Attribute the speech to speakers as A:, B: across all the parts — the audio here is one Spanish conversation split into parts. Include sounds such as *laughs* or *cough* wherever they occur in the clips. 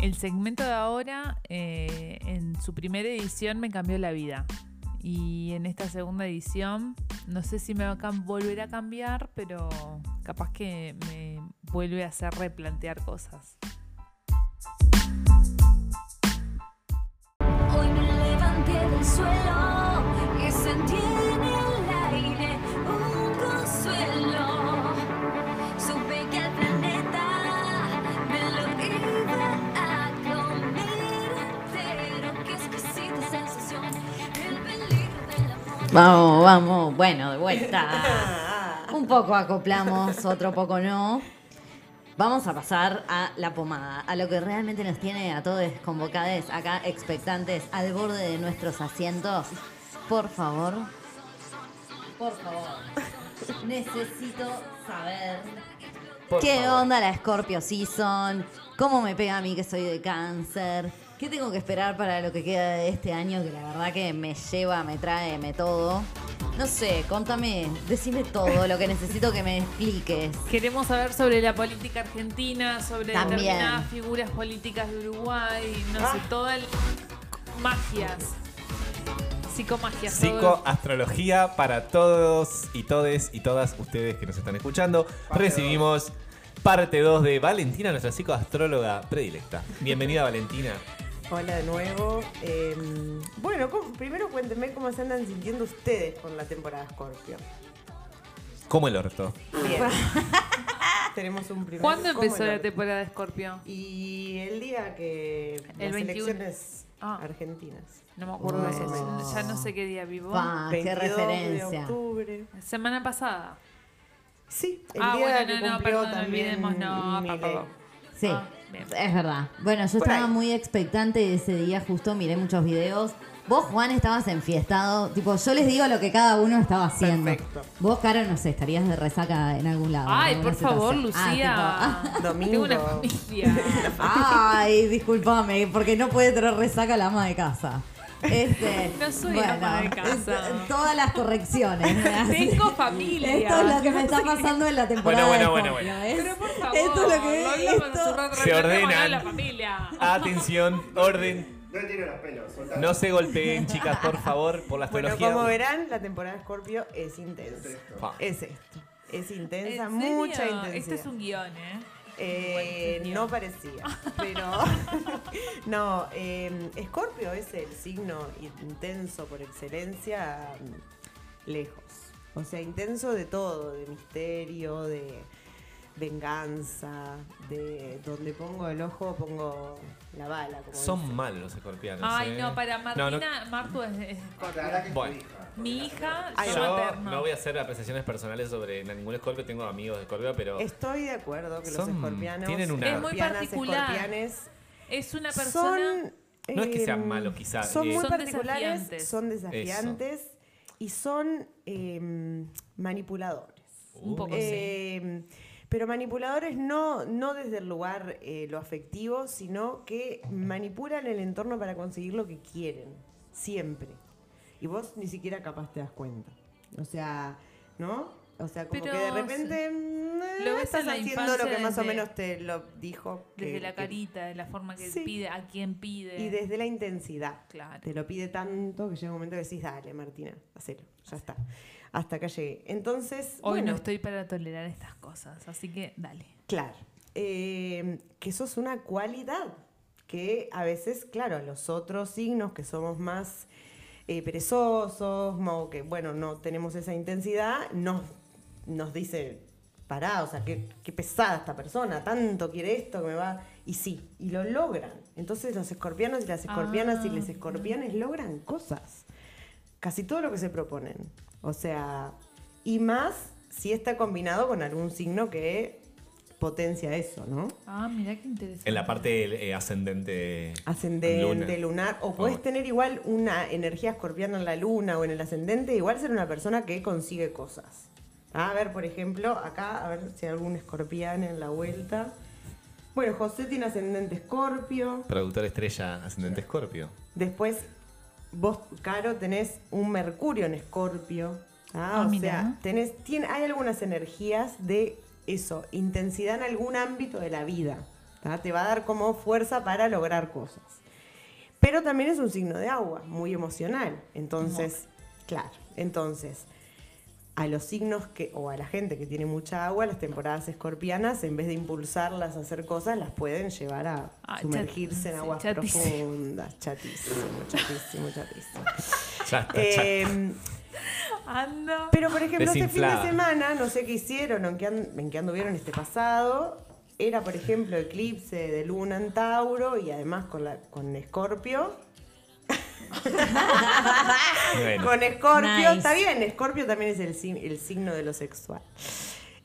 A: El segmento de ahora, eh, en su primera edición, me cambió la vida. Y en esta segunda edición, no sé si me va a cam- volver a cambiar, pero capaz que me vuelve a hacer replantear cosas.
B: Hoy me levanté del suelo y sentí en el aire un consuelo. Supe que al planeta me lo iba a comer entero. Qué exquisita sensación, el peligro del amor.
C: Vamos, vamos. Bueno, de vuelta. Un poco acoplamos, otro poco no. Vamos a pasar a la pomada, a lo que realmente nos tiene a todos convocades, acá expectantes, al borde de nuestros asientos. Por favor. Por
D: *laughs*
C: favor. Necesito saber
D: Por
C: ¿Qué
D: favor.
C: onda la Scorpio Season? ¿Cómo me pega a mí que soy de cáncer? ¿Qué tengo que esperar para lo que queda de este año que la verdad que me lleva, me trae, me todo? No sé, contame, decime todo lo que necesito que me expliques.
A: Queremos saber sobre la política argentina, sobre
C: También.
A: determinadas figuras políticas de Uruguay, no sé,
E: Ah.
A: todas magias. Psicomagias. todo
D: Psicoastrología para todos y todes y todas ustedes que nos están escuchando. Recibimos parte 2 de Valentina, nuestra psicoastróloga predilecta. Bienvenida, Valentina.
E: Hola de nuevo. Eh, bueno, ¿cómo- primero cuéntenme cómo se andan sintiendo ustedes con la temporada Scorpio.
D: Como el orto.
E: Bien. Ah, Tenemos un
A: el-
E: primer.
A: ¿Cuándo
E: ¿cómo
A: empezó
E: no?
A: la temporada de Scorpio?
E: Y el día que las
A: 21.
E: elecciones
A: Ah.
E: argentinas.
A: No me acuerdo,
E: Más o menos.
A: ya no sé qué día vivo.
C: Pa, Ah, qué
E: 22 de
C: referencia.
E: octubre.
A: Semana pasada.
E: Sí, el
A: Ah,
E: día
A: bueno, no,
E: que
A: no,
E: cumplió
A: perdón, no
E: también
A: olvidemos, no,
E: Milei.
A: pa, pa, pa.
C: Sí,
A: Ah, bien.
C: es verdad. Bueno, yo
E: Por
C: estaba
E: ahí.
C: muy expectante de ese día, justo miré muchos videos. Vos, Juan, estabas enfiestado. Tipo, yo les digo lo que cada uno estaba haciendo.
E: Perfecto.
C: Vos, Caro, no sé, estarías de resaca en algún lado. en
A: Ay,
C: alguna
A: por favor,
C: situación.
A: Lucía.
C: Ah, tipo, ah.
A: *laughs* Tengo una
E: Domingo.
C: *laughs*
A: familia.
C: Ay, discúlpame, porque no puede tener resaca la ama de casa. Este,
A: *laughs* No soy ama de casa.
C: es- todas las
A: *laughs*
C: correcciones. me hace-
A: Tengo familia.
C: Esto es
A: *laughs*
C: lo que me está pasando en la temporada.
D: Bueno, bueno,
C: de
D: bueno,
C: Scorpio, ¿ves?
A: Pero por favor,
C: Esto es lo
A: lo
C: que
A: hablamos hace un
C: esto-
A: rato,
D: Se
A: realmente hemos hablado de la
D: ordenan.
A: familia.
D: Atención, orden.
F: No tiene las pelos, soltá.
D: No se golpeen, chicas, por favor, por la
E: Bueno,
D: astrología.
E: como verán, la temporada Scorpio es intensa.
D: Pa.
A: Eh,
E: Es esto. Es intensa,
A: ¿En serio?
E: mucha intensidad.
A: Esto es un guión, ¿eh?
E: Eh,
A: Buen
E: no
A: señor.
E: parecía, pero *laughs* no, eh, Scorpio es el signo intenso por excelencia mm, lejos. O sea, intenso de todo, de misterio, de venganza, de donde pongo el ojo pongo la bala. Como
D: Son
E: dicen.
D: malos los escorpianos.
A: Ay,
D: eh.
A: no, para
D: No,
A: Martina,
D: no-
A: Martu es, es Scorpio.
F: Aclará que es tu
D: Bueno.
F: hija.
A: Mi hija,
E: Ahí
A: yo
E: va.
D: Yo
A: materno.
D: no voy a hacer apreciaciones personales sobre ningún escorpio, tengo amigos de escorpio, pero
E: Estoy de acuerdo que los
D: Son-
E: escorpianos,
D: tienen una- Es muy
E: escorpianas,
A: particular.
E: escorpianes,
A: Es una persona...
E: son
D: No es que sean
E: em,
D: malos, quizá,
E: Son
D: eh,
E: muy
A: Son
E: particulares,
A: desafiantes.
E: son desafiantes y son em, manipuladores.
D: uh,
A: Un poco,
E: Em, pero manipuladores no, no desde el lugar eh, lo afectivo, sino que manipulan el entorno para conseguir lo que quieren, siempre. Y vos ni siquiera capaz te das cuenta. O sea, ¿no? O sea, como
A: Pero
E: que de
A: sí.
E: repente mm,
A: Lo ves en
E: estás
A: la
E: haciendo lo
A: infancia
E: que más o
A: desde-
E: menos te lo dijo. que-
A: Desde la
E: que
A: carita, de la forma que
E: Sí.
A: pide, a quien pide.
E: y desde la intensidad.
A: Claro.
E: Te lo pide tanto que llega un momento que decís, dale, Martina, hacelo, ya está. Hasta acá llegué. Entonces,
A: Hoy
E: bueno,
A: no estoy para tolerar estas cosas, así que dale.
E: claro, eh, que eso es una cualidad que a veces, claro, a los otros signos que somos más eh, perezosos, mo- que bueno, no tenemos esa intensidad, nos, nos dice, pará, o sea, qué, qué pesada esta persona, tanto quiere esto que me va... Y sí, y lo logran. Entonces los escorpianos y las escorpianas y
A: Ah.
E: les escorpianes logran cosas. Casi todo lo que se proponen. O sea, y más si está combinado con algún signo que potencia eso, ¿no?
A: Ah, mirá qué interesante.
D: en la parte eh, ascendente. luna.
E: ascendente, lunar, o
D: Por
E: puedes
D: favor.
E: tener igual una energía escorpiana en la luna o en el ascendente, igual ser una persona que consigue cosas. A ver, por ejemplo, acá, a ver si hay algún escorpiano en la vuelta. Bueno, José tiene ascendente escorpio.
D: Productor estrella ascendente escorpio.
E: Después, vos, Caro, tenés un Mercurio en Escorpio. Ah,
A: Ah,
E: o
A: mirá.
E: sea, tenés, tien- hay algunas energías de eso, intensidad en algún ámbito de la vida. ¿tá? Te va a dar como fuerza para lograr cosas. Pero también es un signo de agua, muy emocional. Entonces, claro, entonces, a los signos que, o a la gente que tiene mucha agua, las temporadas escorpianas, en vez de impulsarlas a hacer cosas, las pueden llevar a
A: Ah, chat-
E: sumergirse en
A: sí,
E: aguas
A: chatísimo.
E: profundas. Chatísimo, chatísimo, chatísimo.
D: *laughs* Ya está, ya está.
E: Eh,
A: Ando.
E: pero por ejemplo, este fin de
D: Desinflada.
E: semana, no sé qué hicieron, en qué, an- en qué anduvieron este pasado. Era, por ejemplo, eclipse de luna en Tauro y además con, la, con Escorpio.
D: Bueno,
E: Con Escorpio.
C: Nice.
E: Está bien, Escorpio también es el, si- el signo de lo sexual.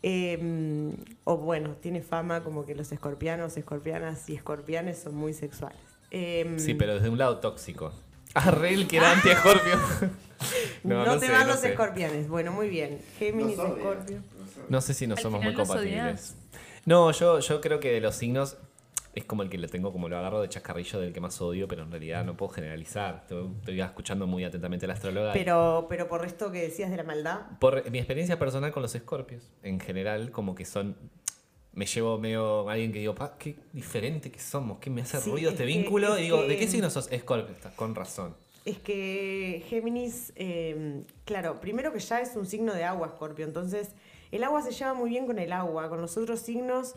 E: Eh, o bueno, tiene fama como que los escorpianos, escorpianas y escorpianes son muy sexuales. Eh,
D: Sí, pero desde un lado tóxico. Arrel que
E: Ah.
D: era anti-escorpio. *laughs*
E: No, te
D: sé,
E: van los
D: sé.
E: escorpianes. Bueno, muy bien. Géminis,
F: Los odio.
E: Escorpio.
D: No sé si no
A: Al
D: somos muy
A: final los
D: compatibles. No, yo, yo creo que de los signos es como el que le tengo, como lo agarro de chascarrillo del que más odio, pero en realidad no puedo generalizar. Estoy, estoy escuchando muy atentamente a la astróloga. y-
E: Pero, pero por esto que decías de la maldad,
D: Por mi experiencia personal con los escorpios, en general, como que son. Me llevo medio a alguien que digo, pa, qué diferente que somos, qué me hace
E: Sí,
D: ruido
E: es
D: este
E: que-
D: vínculo.
E: es
D: y digo,
E: que-
D: ¿de qué signo sos escorpio? Estás con razón.
E: Es que Géminis, eh, claro, primero que ya es un signo de agua, Scorpio. Entonces, el agua se lleva muy bien con el agua. Con los otros signos,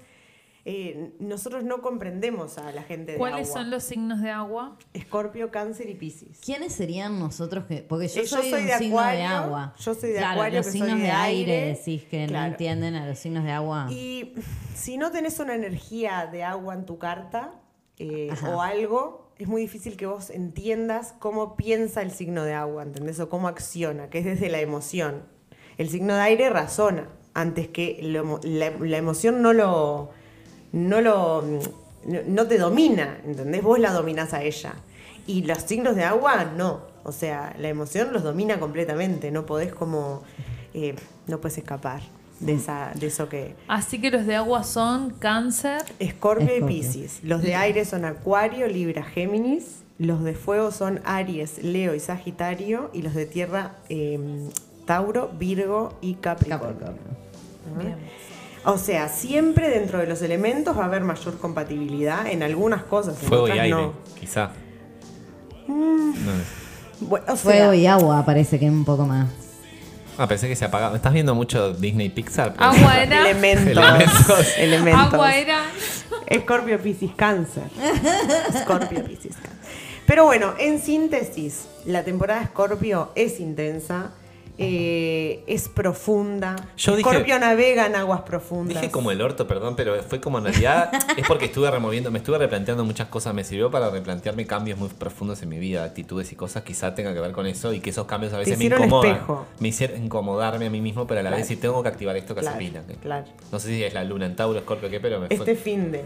E: eh, nosotros no comprendemos a la gente de
A: ¿Cuáles
E: agua.
A: son los signos de agua?
E: Escorpio, Cáncer y Piscis.
C: ¿Quiénes serían nosotros que.? Porque yo,
E: Eh, yo
C: soy,
E: soy
C: un
E: de
C: signo de
E: Acuario,
C: agua.
E: yo soy de
C: claro,
E: Acuario,
C: los
E: que
C: signos
E: soy
C: de
E: de
C: aire,
E: aire.
C: decís que no
E: Claro.
C: entienden a los signos de agua.
E: Y si no tenés una energía de agua en tu carta eh,
C: Ajá.
E: o algo, es muy difícil que vos entiendas cómo piensa el signo de agua, ¿entendés? O cómo acciona, que es desde la emoción. El signo de aire razona antes que lo emo- la, la emoción no lo, no lo no no te domina, ¿entendés? Vos la dominás a ella. Y los signos de agua no. O sea, la emoción los domina completamente. No podés como. eh, no puedes escapar
C: Mm.
E: de, esa, de eso que.
A: Así que los de agua son cáncer.
E: Escorpio y
C: Escorpio.
E: Piscis. Los de aire son Acuario, Libra, Géminis. Los de fuego son Aries, Leo y Sagitario. Y los de tierra, eh, Tauro, Virgo y Capricornio.
C: Capricornio.
A: Bien.
E: O sea, siempre dentro de los elementos va a haber mayor compatibilidad en algunas cosas. en
D: Fuego y
E: otras
D: aire,
E: no.
D: quizá. No es-
E: Bueno, o sea,
C: Fuego y agua parece que un poco más.
D: Ah, pensé que se apagaba. Estás viendo mucho Disney y Pixar. pero-
A: Agua era.
E: elementos. elementos.
A: Agua era.
E: Escorpio, Piscis, Cáncer. Escorpio, Piscis, Cáncer. Pero bueno, en síntesis, la temporada Escorpio es intensa, eh, es profunda.
D: Yo dije-
E: Escorpio navega en aguas profundas.
D: *laughs* Dije como el orto, perdón, pero fue como en realidad es porque estuve removiendo, me estuve replanteando muchas cosas, me sirvió para replantearme cambios muy profundos en mi vida, actitudes y cosas, quizá tenga que ver con eso y que esos cambios a veces me
E: hicieron
D: incomodan.
E: espejo.
D: Me hicieron incomodarme a mí mismo, pero a la vez si tengo que activar esto que
E: Claro,
D: hace pila. que-
E: claro.
D: No sé si es la luna en Tauro, Scorpio, qué, pero me
E: Este
D: fue.
E: fin de.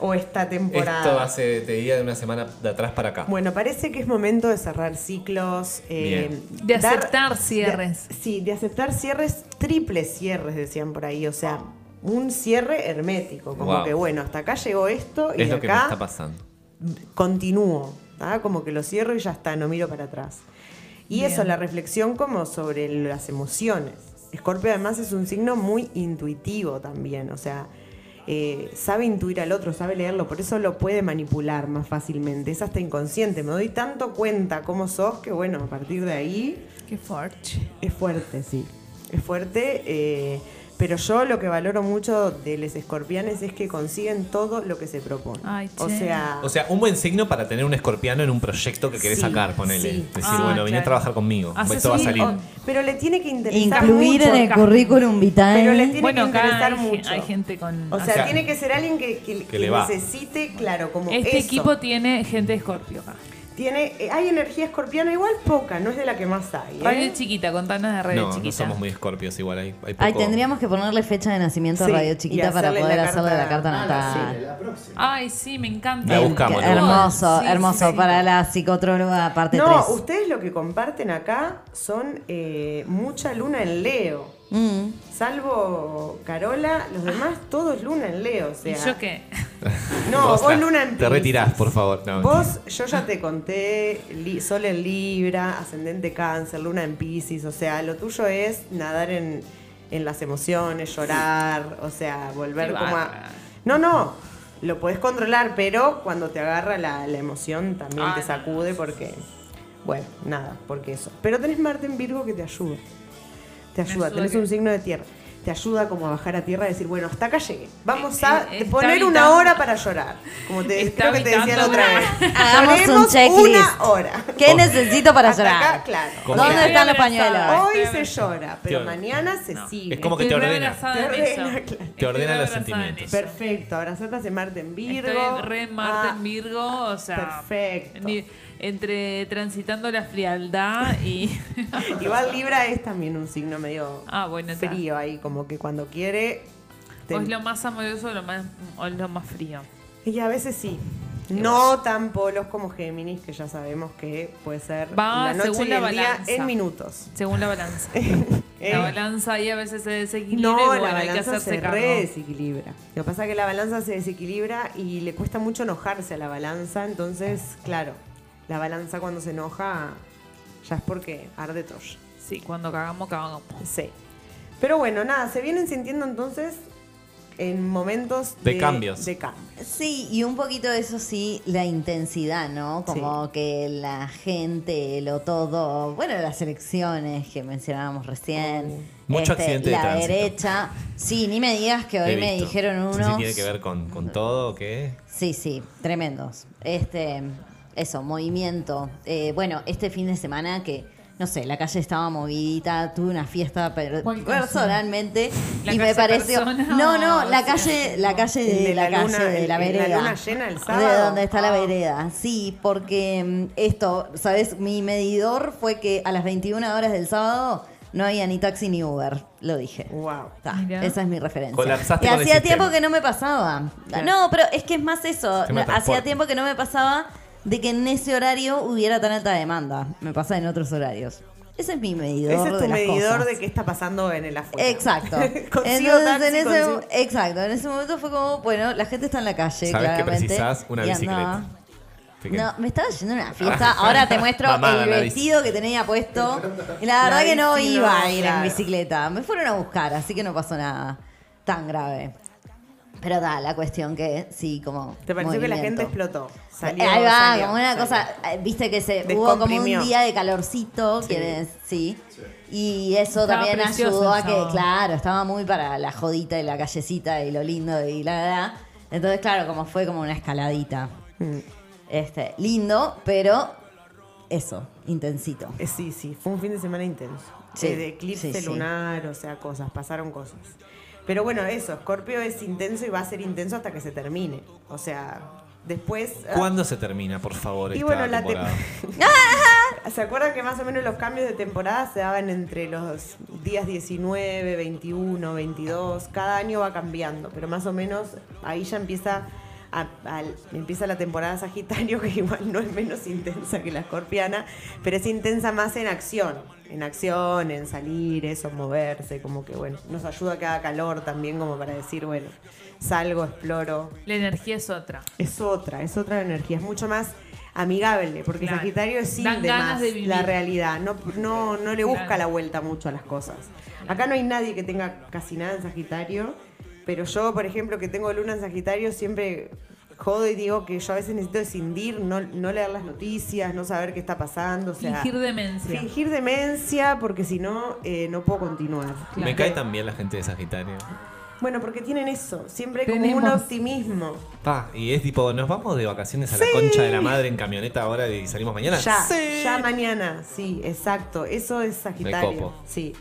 E: O esta temporada.
D: Esto hace, te diría, de una semana de atrás para acá.
E: Bueno, parece que es momento de cerrar ciclos. eh,
D: Bien.
A: De aceptar cierres.
E: de- sí, de aceptar cierres, triples cierres, decían por ahí. O sea, un cierre hermético. Como
D: Wow.
E: que, bueno, hasta acá llegó esto y
D: es
E: de
D: lo que me está
E: acá
D: pasando.
E: continúo. ¿tá? Como que lo cierro y ya está, no miro para atrás. Y
A: Bien.
E: eso, la reflexión como sobre las emociones. Escorpio además es un signo muy intuitivo también, o sea, eh, sabe intuir al otro, sabe leerlo, por eso lo puede manipular más fácilmente, es hasta inconsciente, me doy tanto cuenta cómo sos que bueno, a partir de ahí
A: Qué forche.
E: es fuerte, sí, es fuerte, eh, pero yo lo que valoro mucho de los escorpianes es que consiguen todo lo que se propone.
A: Ay,
E: o
A: che.
E: sea,
D: O sea, un buen signo para tener un escorpiano en un proyecto que querés
E: Sí,
D: sacar, ponele.
E: sí.
D: Decir,
A: Ah,
D: bueno, vení a
A: claro.
D: trabajar conmigo,
A: Haces
D: esto va a
A: un-
D: salir.
E: o- pero le tiene que interesar
C: Incluir
E: mucho.
C: en el currículum vitae.
E: Pero le tiene
A: Bueno,
E: que
A: acá
E: interesar
A: hay,
E: mucho.
A: hay gente con.
E: o sea,
D: O sea,
E: tiene que ser alguien que, que- que
D: le va.
E: necesite, claro, como
A: este
E: eso.
A: equipo tiene gente de Scorpio acá.
E: tiene eh, hay energía escorpiana igual poca, no es de la que más hay. ¿eh?
A: Radio chiquita, contanos de radio
D: No,
A: chiquita.
D: no somos muy escorpios igual, hay, hay
C: Ay,
D: poco-
C: tendríamos que ponerle fecha de nacimiento
E: Sí,
C: a Radio
E: y
C: Chiquita para
E: hacerle
C: poder
E: la
C: hacerle la
E: carta-
C: carta
F: Ah, la,
C: natal.
F: serie, la próxima.
A: Ay, sí, me encanta.
D: La buscamos,
A: Qué
D: la buscamos.
C: hermoso,
A: Sí,
C: hermoso
A: sí, sí.
C: para la psicotróloga parte
E: No,
C: 3.
E: ustedes lo que comparten acá son eh, mucha luna en Leo.
C: Mm.
E: Salvo Carola, los demás todos luna en Leo. O sea,
A: ¿Y yo qué?
E: No,
D: Vos
E: vos,
D: la-
E: luna en
D: Te
E: Piscis.
D: retirás, por favor. No,
E: Vos, yo ya te conté, li- Sol en Libra, ascendente Cáncer, Luna en Pisces, o sea, lo tuyo es nadar en, en las emociones, llorar, o sea, volver
A: Qué
E: como a...
A: bárbara.
E: No, no, lo podés controlar, pero cuando te agarra la, la emoción también
A: Ah,
E: te
A: no.
E: sacude porque, bueno, nada, porque eso. Pero tenés Marte en Virgo que te ayuda. Te ayuda,
A: ayuda
E: tenés
A: que-
E: un signo de tierra. Te ayuda como a bajar a tierra y decir, bueno, hasta acá llegué. Vamos
A: Eh,
E: a
A: eh, está
E: poner una
A: habitando-
E: hora para llorar. Como te,
A: Está
E: creo que te decía la
A: habitando
E: otra
A: una-
E: vez.
C: Hagamos
E: *laughs*
C: un
E: Lloremos
C: checklist.
E: Una hora.
D: Oh.
C: ¿Qué necesito para
E: Hasta
C: llorar?
E: acá, claro.
D: Como
C: ¿Dónde
D: que-
C: están los
A: abrazada.
C: pañuelos?
E: Hoy se
A: Estoy
E: llora, pero
D: Claro.
E: mañana se
A: No.
E: sigue.
D: Es como que te
A: re
D: ordena.
A: abrazada
E: Te
A: en eso.
E: ordena, claro.
A: Estoy
D: ordena
A: re
D: los
A: abrazada en
D: sentimientos.
A: eso.
E: Perfecto, abrazate a Marte en Virgo.
A: Estoy re en Marte
E: Ah,
A: en Virgo, o sea.
E: perfecto.
A: ni- entre transitando la frialdad y. *laughs*
E: *laughs* Igual Libra es también un signo medio
A: Ah, bueno, está.
E: frío ahí, como que cuando quiere. te-
A: O es lo más amoroso o lo más, o lo más frío.
E: Y a veces sí. No tan polos como Géminis, que ya sabemos que puede ser
A: Va
E: la noche
A: según
E: y
A: la
E: el día
A: balanza.
E: en minutos.
A: Según la
E: *laughs*
A: balanza.
E: Eh,
A: La balanza ahí a veces se desequilibra
E: No,
A: y bueno,
E: la
A: hay que
E: balanza
A: hacerse
E: se
A: cargo.
E: re desequilibra. Lo que pasa es que la balanza se desequilibra y le cuesta mucho enojarse a la balanza, entonces, claro, la balanza cuando se enoja ya es porque arde todo.
A: Sí, cuando cagamos, cagamos.
E: Sí. Pero bueno, nada, se vienen sintiendo entonces en momentos
D: De cambios.
E: De cambios.
C: Sí, y un poquito eso sí, la intensidad, ¿no? Como que la gente, lo todo, bueno, las elecciones que mencionábamos recién. este,
D: Mucho accidente de
C: La
D: tránsito.
C: derecha. Sí, ni me digas que hoy
D: He
C: me
D: visto.
C: dijeron
D: No sé
C: unos.
D: si tiene que ver con, con todo o qué.
C: Sí, sí, tremendos. Este, eso, movimiento. Eh, bueno, este fin de semana que, no sé, la calle estaba movidita, tuve una fiesta per-
A: ¿Cuál calle?
C: personalmente
A: ¿La
C: y me
A: calle
C: pareció.
A: persona?
C: No, no, la
A: Sí,
C: calle,
A: no.
C: la calle de,
E: De
C: la,
E: la
C: calle,
E: luna-
C: de la
E: el- la
C: vereda.
E: luna llena el
C: De
E: sábado.
C: donde está la
E: Ah.
C: vereda, sí, porque mm, esto, ¿sabes? Mi medidor fue que a las 21 horas del sábado no había ni taxi ni Uber, lo dije.
E: Wow.
C: Ta,
A: Mirá.
C: esa es mi referencia.
D: Colapsaste
C: y
D: con el
C: hacía
D: sistema.
C: tiempo que no me pasaba.
A: Claro.
C: No, pero es que es más eso.
D: Sistema de transporte.
C: Hacía tiempo que no me pasaba de que en ese horario hubiera tan alta demanda. Me pasa en otros horarios. Ese es mi medidor.
E: Ese es tu
C: de las
E: medidor
C: cosas.
E: de qué está pasando en el afuera.
C: Exacto.
E: *laughs* consigo
C: Entonces,
E: taxi,
C: en ese,
E: consigo-
C: Exacto. En ese momento fue como, bueno, la gente está en la calle.
D: Sabes que
C: claramente,
D: precisás una
C: y
D: bicicleta.
C: andaba.
D: Así que-
C: No, me estaba yendo a una fiesta. Ahora te muestro
D: Mamada
C: el
D: la
C: vestido que tenía puesto. Y la
E: La
C: verdad que no
E: bici no,
C: iba a ir
E: claro.
C: en bicicleta. Me fueron a buscar, así que no pasó nada tan grave. Pero da, la cuestión que sí, como.
E: Te pareció que la gente
C: movimiento. Eh,
E: explotó. Salió,
C: Ahí va,
E: salió,
C: como una
E: salió.
C: cosa, eh, viste que se hubo como un
E: Descomprimió.
C: día de calorcito, que es- sí. Y eso
A: Estaba
C: también
A: precioso
C: ayudó
A: el
C: a que,
A: sábado.
C: claro, estaba muy para la jodita y la callecita y lo lindo y la verdad. Entonces, claro, como fue como una escaladita.
E: Mm.
C: Este, lindo, pero eso, intensito.
E: Eh, Sí, sí, fue un fin de semana intenso.
C: Sí,
E: Eh, de eclipse
C: sí, sí.
E: lunar, o sea, cosas, pasaron cosas. Pero bueno, eso, Scorpio es intenso y va a ser intenso hasta que se termine. O sea, después... ah,
D: ¿Cuándo se termina, por favor,
E: Y
D: esta
E: bueno, la *laughs*
D: temporada?
E: ¿Se acuerdan que más o menos los cambios de temporada se daban entre los días 19, 21, 22? Cada año va cambiando, pero más o menos ahí ya empieza, a- al- empieza la temporada Sagitario, *laughs* que igual no es menos intensa que la escorpiana, pero es intensa más en acción. En acción, en salir, eso, moverse, como que bueno, nos ayuda a que haga calor también, como para decir, bueno, salgo, exploro,
A: La energía es otra.
E: es otra, es otra energía, es mucho más amigable, porque
A: Claro.
E: Sagitario es
A: Dan
E: de
A: ganas
E: más
A: de vivir.
E: la realidad, no, no, no le busca
A: Claro.
E: la vuelta mucho a las cosas. Acá no hay nadie que tenga casi nada en Sagitario, pero yo, por ejemplo, que tengo luna en Sagitario, siempre jodo y digo que yo a veces necesito escindir, no, no leer las noticias, no saber qué está pasando, o sea,
A: Fingir demencia.
E: fingir demencia, porque si no, eh, no puedo continuar.
D: Me cae también la gente de Sagitario.
E: Bueno, porque tienen eso, siempre hay como un
A: Tenemos.
E: optimismo.
D: Pa, y es tipo, nos vamos de vacaciones a la concha de la madre en camioneta ahora y salimos mañana.
E: Ya,
D: Sí.
E: ya mañana, sí, exacto. Eso es Sagitario.
D: Me copo.
E: Sí.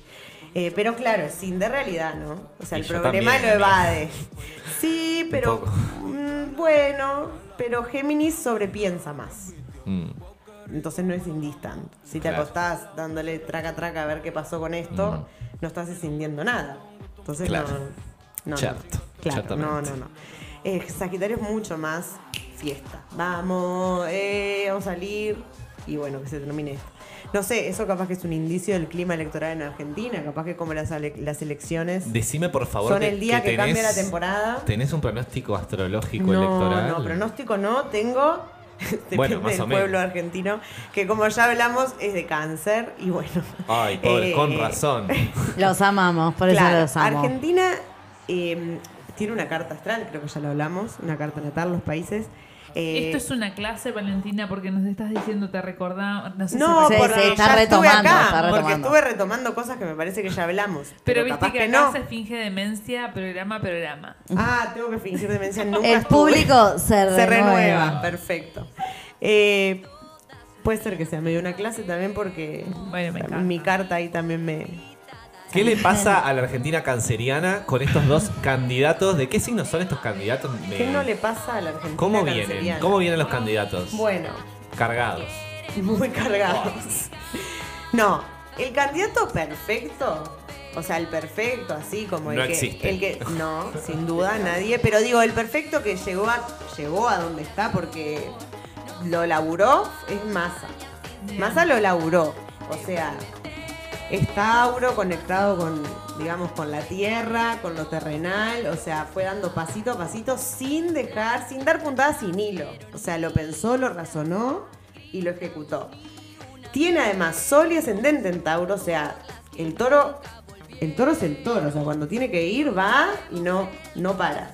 E: Eh, pero claro, sin de realidad, ¿no? O sea,
D: Y
E: el
D: yo
E: problema
D: también,
E: lo
D: amiga.
E: evade. Sí, pero
D: poco.
E: mm, bueno, pero Géminis sobrepiensa más.
D: Mm.
E: Entonces no es indis tanto. Si te
D: Claro.
E: acostás dándole traca traca a ver qué pasó con esto, no estás escindiendo nada. Entonces
D: Claro.
E: no, no.
D: Cierto,
E: No. Claro, no,
D: ciertamente.
E: no, no. Eh, Sagitario es mucho más fiesta. Vamos, eh, vamos a salir. Y bueno, que se termine esto. No sé, eso capaz que es un indicio del clima electoral en Argentina. Capaz que como las, ale- las elecciones
D: Decime, por favor,
E: son el día que, cambia la temporada.
D: ¿Tenés un pronóstico astrológico
E: No,
D: electoral?
E: no, pronóstico no, tengo. *laughs* Depende
D: Bueno, más
E: del
D: o menos.
E: pueblo argentino, que como ya hablamos es de cáncer y bueno.
D: Ay, pobre,
E: eh,
D: con razón.
C: Los amamos, por
E: claro,
C: eso los amo.
E: Argentina eh, tiene una carta astral, creo que ya lo hablamos, una carta natal, los países. Eh,
A: Esto es una clase, Valentina, porque nos estás diciendo, te recordaba. No, sé si
E: No,
A: te-
C: Sí,
E: porque
C: sí, está
E: ya estuve
C: retomando,
E: acá,
C: está
E: porque
C: retomando.
E: estuve retomando cosas que me parece que ya hablamos.
A: pero,
E: capaz
A: viste que
E: que
A: acá
E: no.
A: se finge demencia, programa, programa.
E: Ah, tengo que
C: *laughs*
E: fingir demencia. Nunca
C: El
E: estuve.
C: público se
E: se renueva.
C: renueva.
E: Perfecto. Eh, puede ser que sea medio una clase también porque
A: Bueno, me encanta.
E: mi carta ahí también me...
D: ¿Qué le pasa a la Argentina canceriana con estos dos candidatos? ¿De qué signos son estos candidatos? Me-
E: ¿Qué no le pasa a la Argentina
D: ¿Cómo vienen?
E: canceriana?
D: ¿Cómo vienen los candidatos?
E: Bueno, *laughs*
D: Cargados.
E: muy cargados. No, el candidato perfecto... O sea, el perfecto, así como el
D: No
E: que.
D: existe. *laughs*
E: El que. No, sin duda nadie. Pero digo, el perfecto que llegó a, llegó a donde está porque lo laburó es masa. Massa lo laburó. O sea, es Tauro conectado con, digamos, con la tierra, con lo terrenal. O sea, fue dando pasito a pasito sin dejar, sin dar puntadas sin hilo. O sea, lo pensó, lo razonó y lo ejecutó. Tiene además sol y ascendente en Tauro. O sea, el toro, el toro es el toro. O sea, cuando tiene que ir, va y no, no para.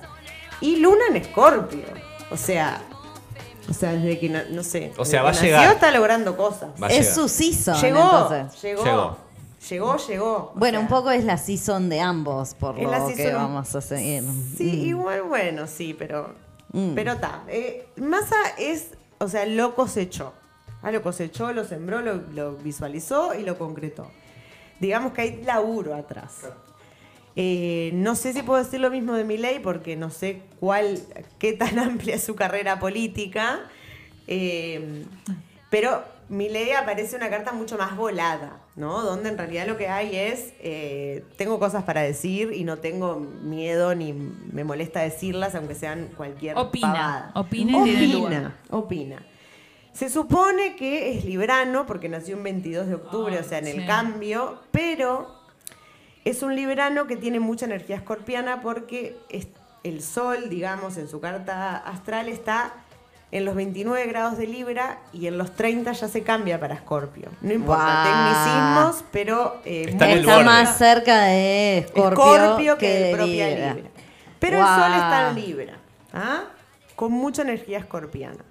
E: Y luna en Escorpio. O sea, o sea, desde que na- no sé.
D: O sea,
E: desde
D: va a
E: que nació
D: llegar.
E: está logrando cosas.
D: Va a
C: Es
D: llegar.
C: su season,
E: Llegó,
C: entonces.
E: llegó,
D: Llegó.
E: llegó, llegó, O
C: Bueno,
E: sea,
C: un poco es la season de ambos, por
E: es la
C: lo que
E: season un-
C: vamos a seguir.
E: Sí,
C: Mm.
E: igual, bueno, sí, pero.
C: Mm.
E: Pero está. Massa es, o sea, lo cosechó. Ah, lo cosechó, lo sembró, lo, lo visualizó y lo concretó. Digamos que hay laburo atrás. Eh, no sé si puedo decir lo mismo de Milei porque no sé cuál, qué tan *laughs* amplia es su carrera política. Eh, pero Milei aparece una carta mucho más volada, ¿no? Donde en realidad lo que hay es, eh, tengo cosas para decir y no tengo miedo ni me molesta decirlas, aunque sean cualquier
A: Opina,
E: pavada.
A: opina y tiene lugar.
E: opina, opina. Se supone que es librano porque nació un 22 de octubre,
A: Ah,
E: o sea, en el
A: sí.
E: cambio, pero es un liberano que tiene mucha energía escorpiana porque es- el sol, digamos, en su carta astral está en los 29 grados de Libra y en los 30 ya se cambia para Escorpio. No importa,
C: Guau.
E: tecnicismos, pero... eh,
D: Está en el
C: Está
D: borde.
C: más cerca de Scorpio,
E: Escorpio que,
C: de
E: de propia Libra. Pero
C: Guau.
E: el Sol está en Libra, ¿ah? con mucha energía escorpiana.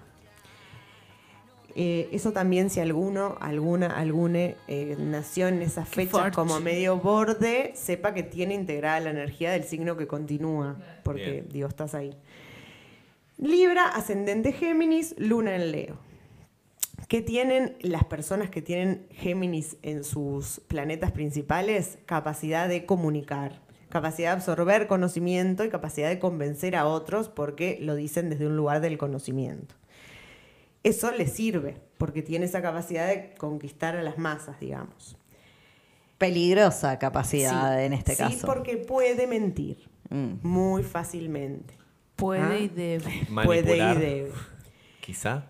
E: Eh, eso también si alguno, alguna, algune eh, nació en esas fechas
A: fuerte.
E: como medio borde, sepa que tiene integrada la energía del signo que continúa, porque
D: Bien.
E: digo, estás ahí. Libra, ascendente Géminis, luna en Leo. ¿Qué tienen las personas que tienen Géminis en sus planetas principales? Capacidad de comunicar, capacidad de absorber conocimiento y capacidad de convencer a otros porque lo dicen desde un lugar del conocimiento. Eso les sirve porque tiene esa capacidad de conquistar a las masas, digamos.
C: Peligrosa capacidad
E: Sí,
C: en este
E: sí,
C: caso.
E: porque puede mentir
C: Mm.
E: muy fácilmente.
A: Puede
E: Ah.
A: y debe.
D: Manipular,
E: Puede y debe.
D: Quizá.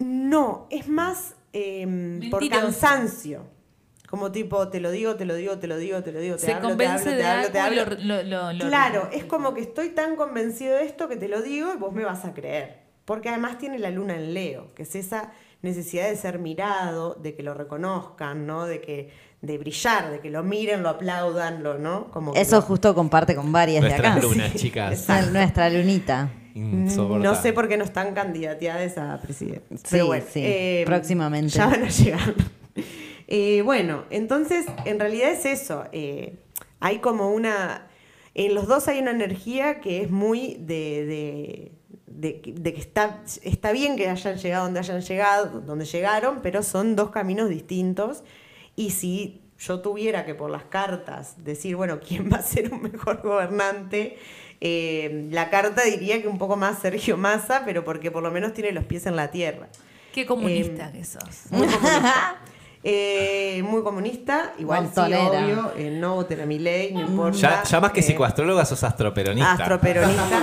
E: No, es más eh, por
A: Mentiroso.
E: cansancio. Como tipo, te lo digo, te lo digo, te lo digo, te lo digo, te
A: Se
E: hablo, te
A: convence
E: hablo,
A: de
E: te hablo, te
A: algo y
E: hablo.
A: lo- lo- lo- lo-
E: Claro, es como que estoy tan convencido de esto que te lo digo y vos me vas a creer. Porque además tiene la luna en Leo, que es esa necesidad de ser mirado, de que lo reconozcan, ¿no? De que de brillar, de que lo miren, lo aplaudan, lo, ¿no? Como que
C: Eso
E: lo-
C: justo comparte con varias de
D: Nuestras
C: acá.
D: lunas,
E: *laughs*
D: chicas.
C: Es Nuestra lunita.
D: Mm,
E: No sé por qué no están candidateadas a presidente.
C: Sí,
E: Pero bueno,
C: sí,
E: eh,
C: próximamente.
E: Ya van a llegar. Eh, bueno, entonces, en realidad es eso. eh, hay como una. En los dos hay una energía que es muy de. de- de que- de que está, está bien que hayan llegado donde hayan llegado, donde llegaron, pero son dos caminos distintos. Y si yo tuviera que por las cartas decir, bueno, ¿quién va a ser un mejor gobernante? Eh, la carta diría que un poco más Sergio Massa, pero porque por lo menos tiene los pies en la tierra.
A: Qué
E: em,
A: comunista que sos.
E: *laughs* Muy comunista. Eh, muy comunista, igual sí,
C: Montonera.
E: obvio, eh, no voten a mi ley, no importa.
D: Ya, ya más que
E: eh,
D: psicoastróloga, sos astroperonista.
E: Astroperonista.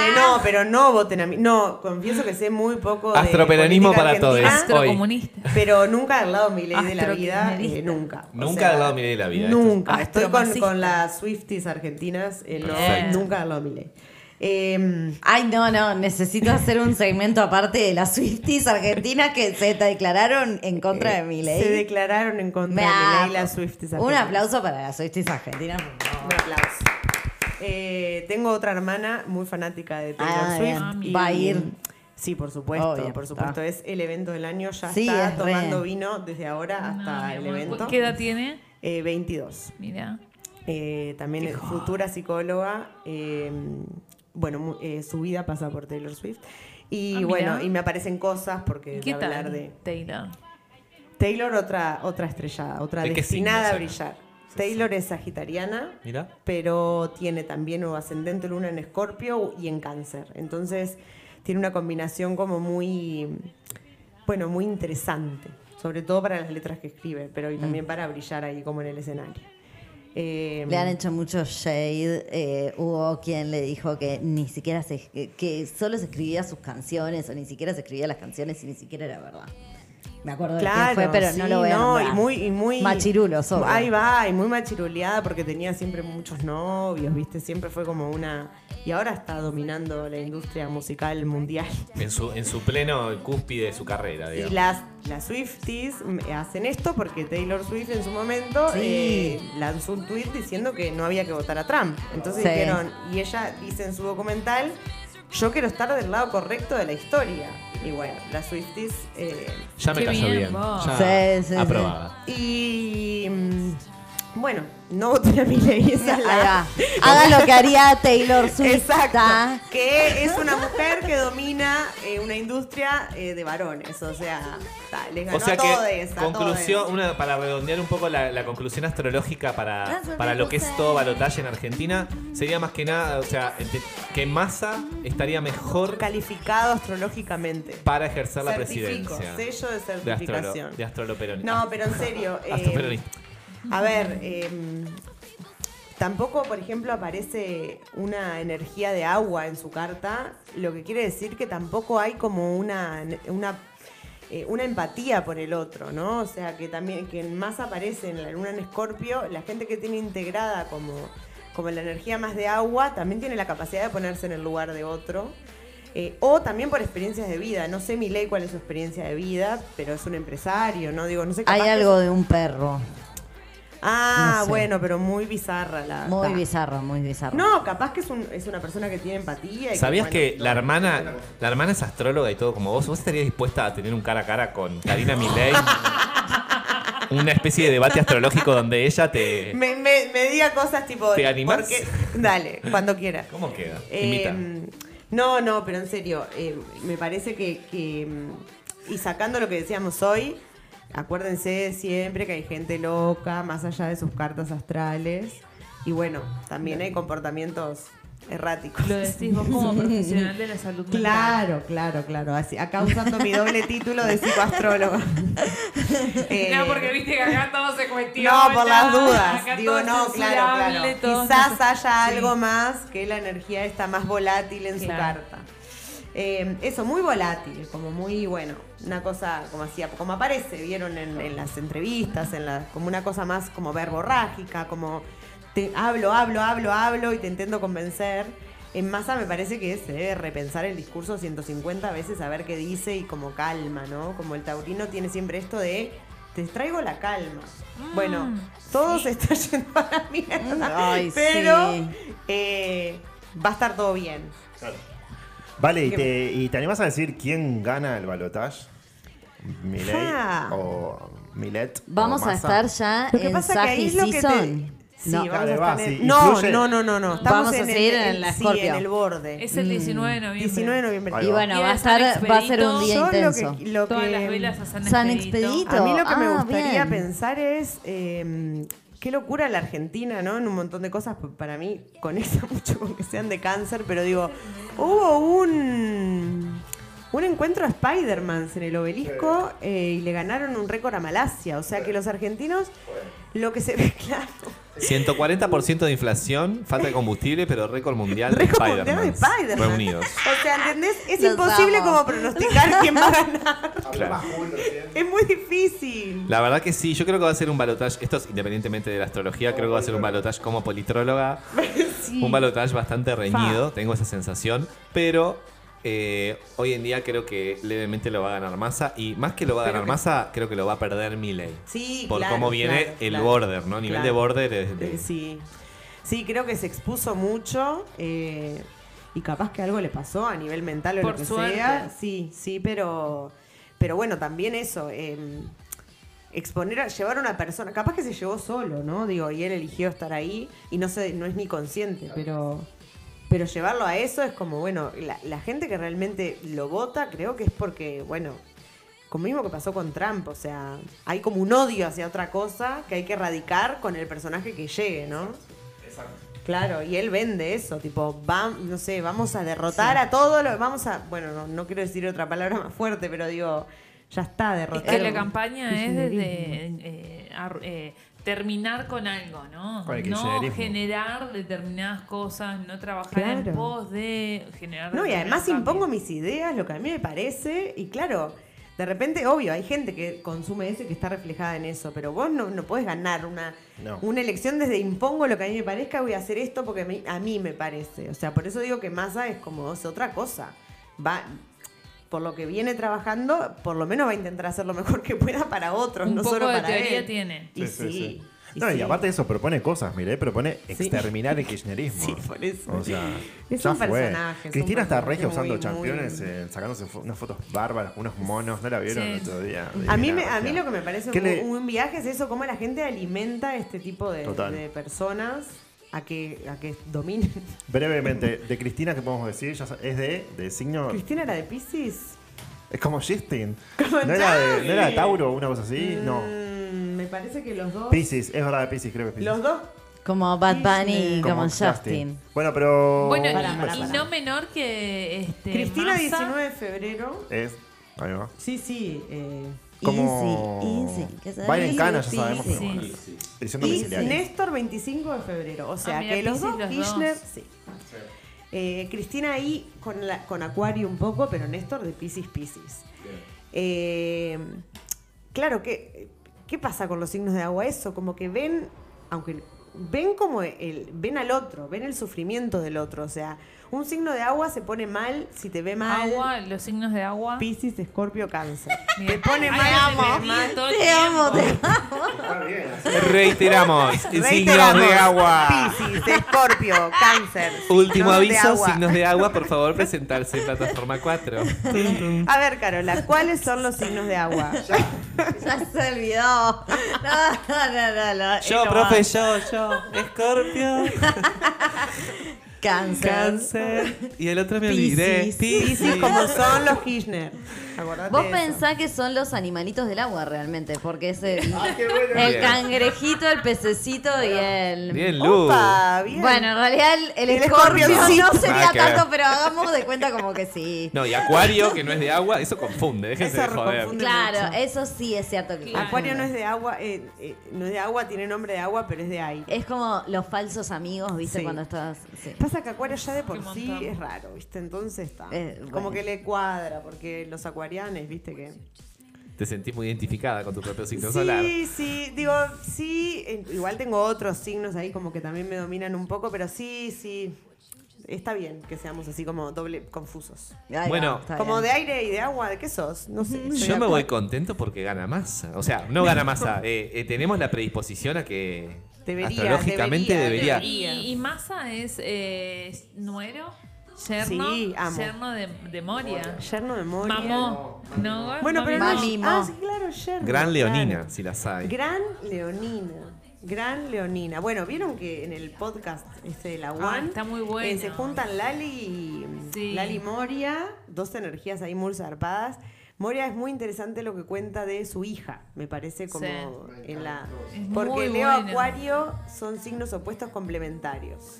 E: Eh, no, pero no voten a mí. No, confieso que sé muy poco de
D: Astroperonismo
E: política
D: para todos.
E: argentina,
D: hoy.
A: Astrocomunista.
E: Pero nunca al lado de mi ley de la
A: Astro-
E: vida, eh,
A: kirchnerista.
E: nunca. O
D: Nunca
E: sea,
D: al lado de mi ley de la vida.
E: Nunca.
A: Esto es-
E: Estoy con,
A: Astromasista.
E: con las Swifties argentinas, eh, no,
D: Perfecto.
E: nunca al lado de mi ley. Eh,
C: Ay, no, no, necesito hacer un segmento aparte de las Swifties argentinas que se te declararon en contra de mi
E: Se
C: ley.
E: declararon en contra
C: Me
E: de mi ley
C: amo.
E: las Swifties
C: Un
E: argentinas.
C: aplauso para las Swifties argentinas. por favor.
E: Un aplauso. Eh, tengo otra hermana muy fanática de Taylor
C: Ah,
E: Swift.
C: bien.
E: y-
C: Va a ir.
E: Sí, por supuesto,
C: Obvio,
E: por supuesto.
C: está.
E: Es el evento del año, ya
C: Sí,
E: está
C: es re.
E: tomando vino desde ahora
A: No,
E: hasta
A: mi
E: el
A: amor, pues
E: evento.
A: ¿Qué edad tiene?
E: Eh, 22.
A: Mira.
E: Eh, también es futura psicóloga. eh, bueno, mu- eh, su vida pasa por Taylor Swift. Y
A: Ah,
E: bueno,
A: mirá.
E: y me aparecen cosas porque de
A: ¿Qué
E: hablar
A: tal
E: de
A: Taylor?
E: Taylor otra otra estrellada, otra
D: ¿De qué
E: destinada a
D: signo será?
E: brillar. Taylor es sagitariana,
D: Mira.
E: pero tiene también un ascendente luna en Escorpio y en Cáncer. Entonces, tiene una combinación como muy bueno, muy interesante, sobre todo para las letras que escribe, pero y también para brillar ahí como en el escenario. Eh,
C: Mm. Le han hecho mucho shade. eh, hubo quien le dijo que ni siquiera se. que solo se escribía sus canciones o ni siquiera se escribía las canciones y ni siquiera era verdad. Me acuerdo de quién
E: Claro,
C: fue, pero no
E: sí,
C: lo veo.
E: y muy, y muy
C: Machirulo, sobre. *laughs*
E: Ahí va, y muy machiruleada porque tenía siempre muchos novios, viste, siempre fue como una. Y ahora está dominando la industria musical mundial.
D: En su, en su pleno cúspide de su carrera,
E: Y
D: digamos.
E: las, las Swifties mm, hacen esto porque Taylor Swift en su momento
C: Sí.
E: eh, lanzó un tweet diciendo que no había que votar a Trump. Entonces
C: Sí.
E: dijeron, y ella dice en su documental, yo quiero estar del lado correcto de la historia. Y bueno, las Swifties. eh,
D: Ya me
A: Qué
D: cayó
A: bien,
D: bien.
A: vos.
D: Ya
C: Sí, sí, sí.
D: aprobada.
E: Y mm, bueno, no voté a mi ley, esa
C: Ahí
E: es
C: va.
E: la-
C: Haga lo que haría Taylor Swift. ¿tá?
E: Exacto. Que es una mujer que domina eh, una industria eh, de varones. O sea, ta, les ganó
D: O sea
E: a
D: que,
E: todes, a
D: conclusión,
E: todes.
D: una, para redondear un poco la, la conclusión astrológica para, para lo que es todo balotaje en Argentina, sería más que nada, o sea, ente- que Massa estaría mejor
E: Calificado astrológicamente.
D: para ejercer la
E: Certifico,
D: presidencia.
E: sello de
D: De astrolo,
E: certificación.
D: de astroloperonista.
E: No, pero en serio. eh,
D: Astroperonista.
E: a ver, eh, tampoco, por ejemplo, aparece una energía de agua en su carta, lo que quiere decir que tampoco hay como una, una, eh, una empatía por el otro, ¿no? O sea, que también que más aparece en la luna en escorpio, la gente que tiene integrada como, como la energía más de agua, también tiene la capacidad de ponerse en el lugar de otro. Eh, o también por experiencias de vida. No sé, mi ley, cuál es su experiencia de vida, pero es un empresario, ¿no? Digo, no sé capaz
C: Hay
E: que-
C: algo de un perro.
E: Ah,
C: no sé.
E: bueno, pero muy bizarra la.
C: Muy
E: ta.
C: bizarro, muy bizarro.
E: No, capaz que es, un- es una persona que tiene empatía. y
D: ¿Sabías que
E: bueno,
D: la hermana, la hermana es astróloga y todo como vos? ¿Vos estarías dispuesta a tener un cara a cara con Karina
E: *laughs*
D: Milei? Una especie de debate astrológico donde ella te...
E: Me, me- me diga cosas tipo.
D: ¿Te animás?
E: porque- dale, cuando quiera.
D: ¿Cómo queda?
E: Eh,
D: Imita.
E: no, no, pero en serio, eh, me parece que, que, mm, Y sacando lo que decíamos hoy, acuérdense siempre que hay gente loca, más allá de sus cartas astrales. Y bueno, también hay comportamientos erráticos.
A: Lo decís vos
E: *laughs*
A: como profesional de la salud mental.
E: Claro, claro, claro. Así, acá usando mi doble título de psicoastrólogo. Eh,
A: *laughs* No, porque viste que acá todo se cuestiona.
E: no, por las
A: acá
E: dudas. Digo,
A: todo es
E: no, claro,
A: censurable,
E: claro.
A: todo-
E: Quizás haya algo más que la energía está más volátil en su
A: Claro.
E: carta. Eh, eso, muy volátil, como muy, bueno, una cosa como hacía, como aparece, vieron en, en las entrevistas, en la, como una cosa más como verborrágica, como te hablo, hablo, hablo, hablo y te intento convencer. En masa me parece que se debe repensar el discurso 150 veces a ver qué dice y como calma, ¿no? Como el taurino tiene siempre esto de te traigo la calma.
C: Mm,
E: bueno, todo se está *laughs* yendo a la mierda.
C: Ay,
E: pero
C: sí.
E: eh, va a estar todo bien.
F: Vale, ¿y te, y te animás a decir quién gana el balotage? ¿Milei
E: Ja.
F: o Milet?
C: Vamos
F: o
C: a
F: Massa?
C: estar ya
E: Lo que
C: en
E: pasa que
C: Safi
E: ahí es lo que te...
C: Season.
E: Sí,
C: No.
E: vamos
F: Dale,
E: a
F: va,
E: estar en-
F: sí,
E: No,
F: incluye-
E: no, no, no, no. Estamos
C: Vamos a
E: en, el-
C: seguir
E: el,
C: en la
E: sí,
C: Scorpio.
E: en el borde.
A: Es el 19 de noviembre.
E: 19 de noviembre.
F: Ahí
C: Y
F: va.
C: bueno, va a,
A: ¿Quieres San
C: estar, va a ser un
A: Expedito?
C: día
E: Yo lo que-
C: intenso.
E: lo que,
A: Todas las velas a San,
C: San
A: Expedito.
C: Expedito.
E: A mí lo que me
C: Ah,
E: gustaría
C: bien.
E: pensar es eh, qué locura la Argentina, ¿no? En un montón de cosas, p- para mí conecta *laughs* mucho con que sean de cáncer, pero digo, hubo un, un encuentro a Spider-Man en el obelisco eh, y le ganaron un récord a Malasia, o sea que los argentinos, lo que se *laughs* ve claro,
D: 140% de inflación, falta de combustible, pero récord mundial de
E: récord mundial
D: Spider-Man.
E: de Spider-Man.
D: Reunidos.
E: *laughs* O sea, ¿entendés? Es
C: Los
E: imposible
C: amo.
E: como *laughs* pronosticar quién va a ganar.
D: Claro.
E: Es muy difícil.
D: La verdad que sí, yo creo que va a ser un balotaje, esto es independientemente de la astrología, creo que va a ser un balotaje como politróloga,
A: Ah,
D: un balotaje bastante reñido, tengo esa sensación, pero eh, hoy en día creo que levemente lo va a ganar Massa y más que lo va a ganar Massa, creo que lo va a perder Milei.
E: Sí,
D: por
E: claro,
D: cómo viene
E: claro,
D: el
E: claro.
D: border, ¿no? A nivel
E: Claro.
D: de border es de-
E: Eh, Sí. Sí, creo que se expuso mucho eh, y capaz que algo le pasó a nivel mental o
A: Por
E: lo que
A: suerte.
E: sea. Sí, sí, pero, pero bueno, también eso. eh, exponer a llevar a una persona, capaz que se llevó solo, ¿no? Digo, y él eligió estar ahí y no se, no es ni consciente, pero pero llevarlo a eso es como, bueno, la, la gente que realmente lo vota creo que es porque, bueno, como mismo que pasó con Trump, o sea, hay como un odio hacia otra cosa que hay que erradicar con el personaje que llegue, ¿no? Claro, y él vende eso, tipo, va, no sé, vamos a derrotar a todo lo, vamos a, bueno, no, no quiero decir otra palabra *laughs* más fuerte, pero digo, ya está
A: Es
E: derrotar.
A: que la campaña es desde eh, ar- eh, terminar con algo, ¿no?
F: Con el
A: no
F: kirchnerismo.
A: generar determinadas cosas, no trabajar en
E: Claro.
A: pos de generar.
E: No, y además
A: determinados
E: impongo
A: cambios.
E: mis ideas, lo que a mí me parece, y claro, de repente, obvio, hay gente que consume eso y que está reflejada en eso, pero vos no, no podés ganar una,
F: No.
E: una elección desde impongo lo que a mí me parezca, voy a hacer esto porque me- a mí me parece. O sea, por eso digo que Massa es como es otra cosa. Va, por lo que viene trabajando, por lo menos va a intentar hacer lo mejor que pueda para otros,
A: Un
E: no
A: poco
E: solo
A: de
E: para
A: teoría
E: él.
A: tiene.
E: Y
F: Sí,
E: sí,
F: sí, sí. No, y
E: sí.
F: aparte de eso propone cosas, mire, propone exterminar el kirchnerismo.
E: Sí, por eso.
F: O sea,
E: Es
F: ya
E: un
F: fue.
E: personaje, es un
F: Cristina está
E: personaje
F: regia usando
E: muy,
F: championes,
E: muy-
F: eh, sacándose fo- unas fotos bárbaras, unos monos, ¿no la vieron
A: Sí.
F: el otro día?
E: A mí,
F: Divina
E: me- a mí
F: regia.
E: lo que me parece
F: ¿Qué
E: un,
F: le-
E: un viaje es eso, cómo la gente alimenta este tipo de,
F: Total.
E: de personas a que, a que
F: *laughs*
E: dominen.
F: Brevemente, de Cristina, ¿qué podemos decir? Ya sa- es de, de signo.
E: Cristina era de Pisces.
F: Es como Justin. ¿No era, de, ¿No era de Tauro o una cosa así? No.
E: Mm, me parece que los dos.
F: Pisces, es verdad de Pisces, creo que es Pisces.
E: Los dos.
C: Como Bad Bunny y
F: Como
C: como Justin.
F: Bueno, pero.
A: Bueno, y-
E: Pará,
A: y,
E: pará, pará.
A: no menor que este,
E: Cristina,
A: Massa,
E: 19 de febrero.
F: Es. Ahí va.
E: Sí, sí. eh,
F: Como.
C: Easy, easy, que se
F: Baile en
C: easy,
F: Cana, ya sabemos.
C: easy.
F: pero bueno.
A: Sí.
F: Edición
E: y
F: domiciliaria.
E: Néstor, 25 de febrero. O sea,
A: Ah, mira,
E: que los
A: Piscis,
E: dos
A: los
E: Kirchner.
A: dos.
E: Sí. Eh, Cristina ahí con, la- con Acuario un poco, pero Néstor de Pisces, Pisces. Eh, claro, ¿qué, ¿qué pasa con los signos de agua? Eso, como que ven, aunque ven como el, ven al otro, ven el sufrimiento del otro. O sea, un signo de agua se pone mal si te ve mal.
A: Agua, los signos de agua.
E: Piscis, Escorpio, Cáncer.
A: Te pone
E: mal, amo.
C: Te amo, te amo.
F: Ah,
E: *laughs*
D: Reiteramos, signos
E: Reiteramos,
D: de agua.
E: Piscis, Escorpio,
D: *laughs*
E: Cáncer.
D: Último
E: signos de
D: aviso,
E: agua.
D: signos de agua, por favor, presentarse en plataforma 4.
E: A ver, Carola, ¿cuáles son los signos
D: *laughs*
E: de agua?
C: *laughs* Ya se olvidó. No, no, no, no. es
D: Yo,
C: lo
D: profe,
C: más.
D: yo, yo, Escorpio,
C: Cáncer.
D: Cáncer. Y el otro me olvidé.
C: Piscis.
E: Piscis, como son los Kirchner. Acordate
C: Vos
E: de eso.
C: pensás que son los animalitos del agua realmente, porque es el,
F: qué bueno.
C: el
D: Bien.
C: cangrejito, el pececito y el...
D: Bien, Lu.
E: Opa, bien.
C: Bueno, en realidad el, el
E: El
C: escorpio no
E: escorpioncito.
C: sería
D: Nada que ver.
C: tanto, pero hagamos de cuenta como que sí.
D: No, y Acuario, que no es de agua, eso confunde, déjense
E: Eso
D: de joder.
E: reconfunde.
C: Claro,
E: mucho.
C: eso sí es cierto que
A: Claro.
E: Acuario no es de agua, eh, eh, no es de agua, tiene nombre de agua, pero es de aire.
C: Es como los falsos amigos, ¿viste?
E: Sí.
C: Cuando estás... sí.
E: Pasa que Acuario ya de por
A: Qué
E: sí
A: montón.
E: es raro, ¿viste? Entonces está.
C: Eh, bueno.
E: Como que le cuadra, porque los acuarianes, ¿viste? que
D: Te sentís muy identificada con tu propio signo solar.
E: Sí, sí, digo, sí, eh, igual tengo otros signos ahí como que también me dominan un poco, pero sí, sí. Está bien que seamos así como doble confusos.
C: Ahí va,
D: Bueno.
C: está
E: Como de
C: bien.
E: aire y de agua, ¿de qué sos? No sé. soy
D: Yo me
E: acu-
D: voy contento porque gana masa. O sea, no gana masa. eh, eh, tenemos la predisposición a que
E: Debería,
D: astrológicamente
E: debería,
D: debería.
A: Y, y Massa es eh, nuero, yerno,
E: Sí, amo.
A: yerno de, de Moria.
E: Yerno de Moria.
A: Mamó. No,
E: Bueno,
A: no
E: pero
A: vino.
E: no.
C: Mamimo.
E: Ah, sí, claro, yerno,
D: Gran Leonina,
E: claro.
D: si las hay.
E: Gran Leonina. Gran Leonina. Bueno, vieron que en el podcast este de la
A: Ah,
E: One
A: está muy bueno.
E: eh, se juntan Lali y
A: Sí.
E: Lali y Moria, dos energías ahí muy zarpadas. Moria es muy interesante lo que cuenta de su hija, me parece como
A: Sí.
E: en la
A: Es muy
E: porque Leo
A: bueno.
E: Acuario son signos opuestos complementarios.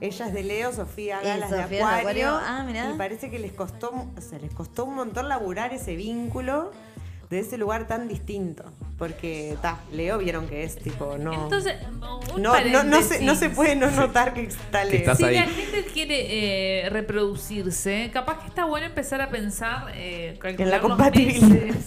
E: Ella es de Leo, Sofía
C: Y
E: Galas de
C: Sofía es de
E: Acuario,
C: Acuario. Ah, mirá.
E: y parece que les costó, o sea, les costó un montón laburar ese vínculo de ese lugar tan distinto, porque ta, Leo vieron que es tipo no
A: Entonces, un
E: no, no, no se,
A: paréntesis.
E: no se puede no notar que está Leo.
D: Que estás
A: Si
D: ahí.
A: la gente quiere eh, reproducirse, capaz que está bueno empezar a pensar eh, calcular
E: En la
A: los
E: compatibilidad.
A: meses.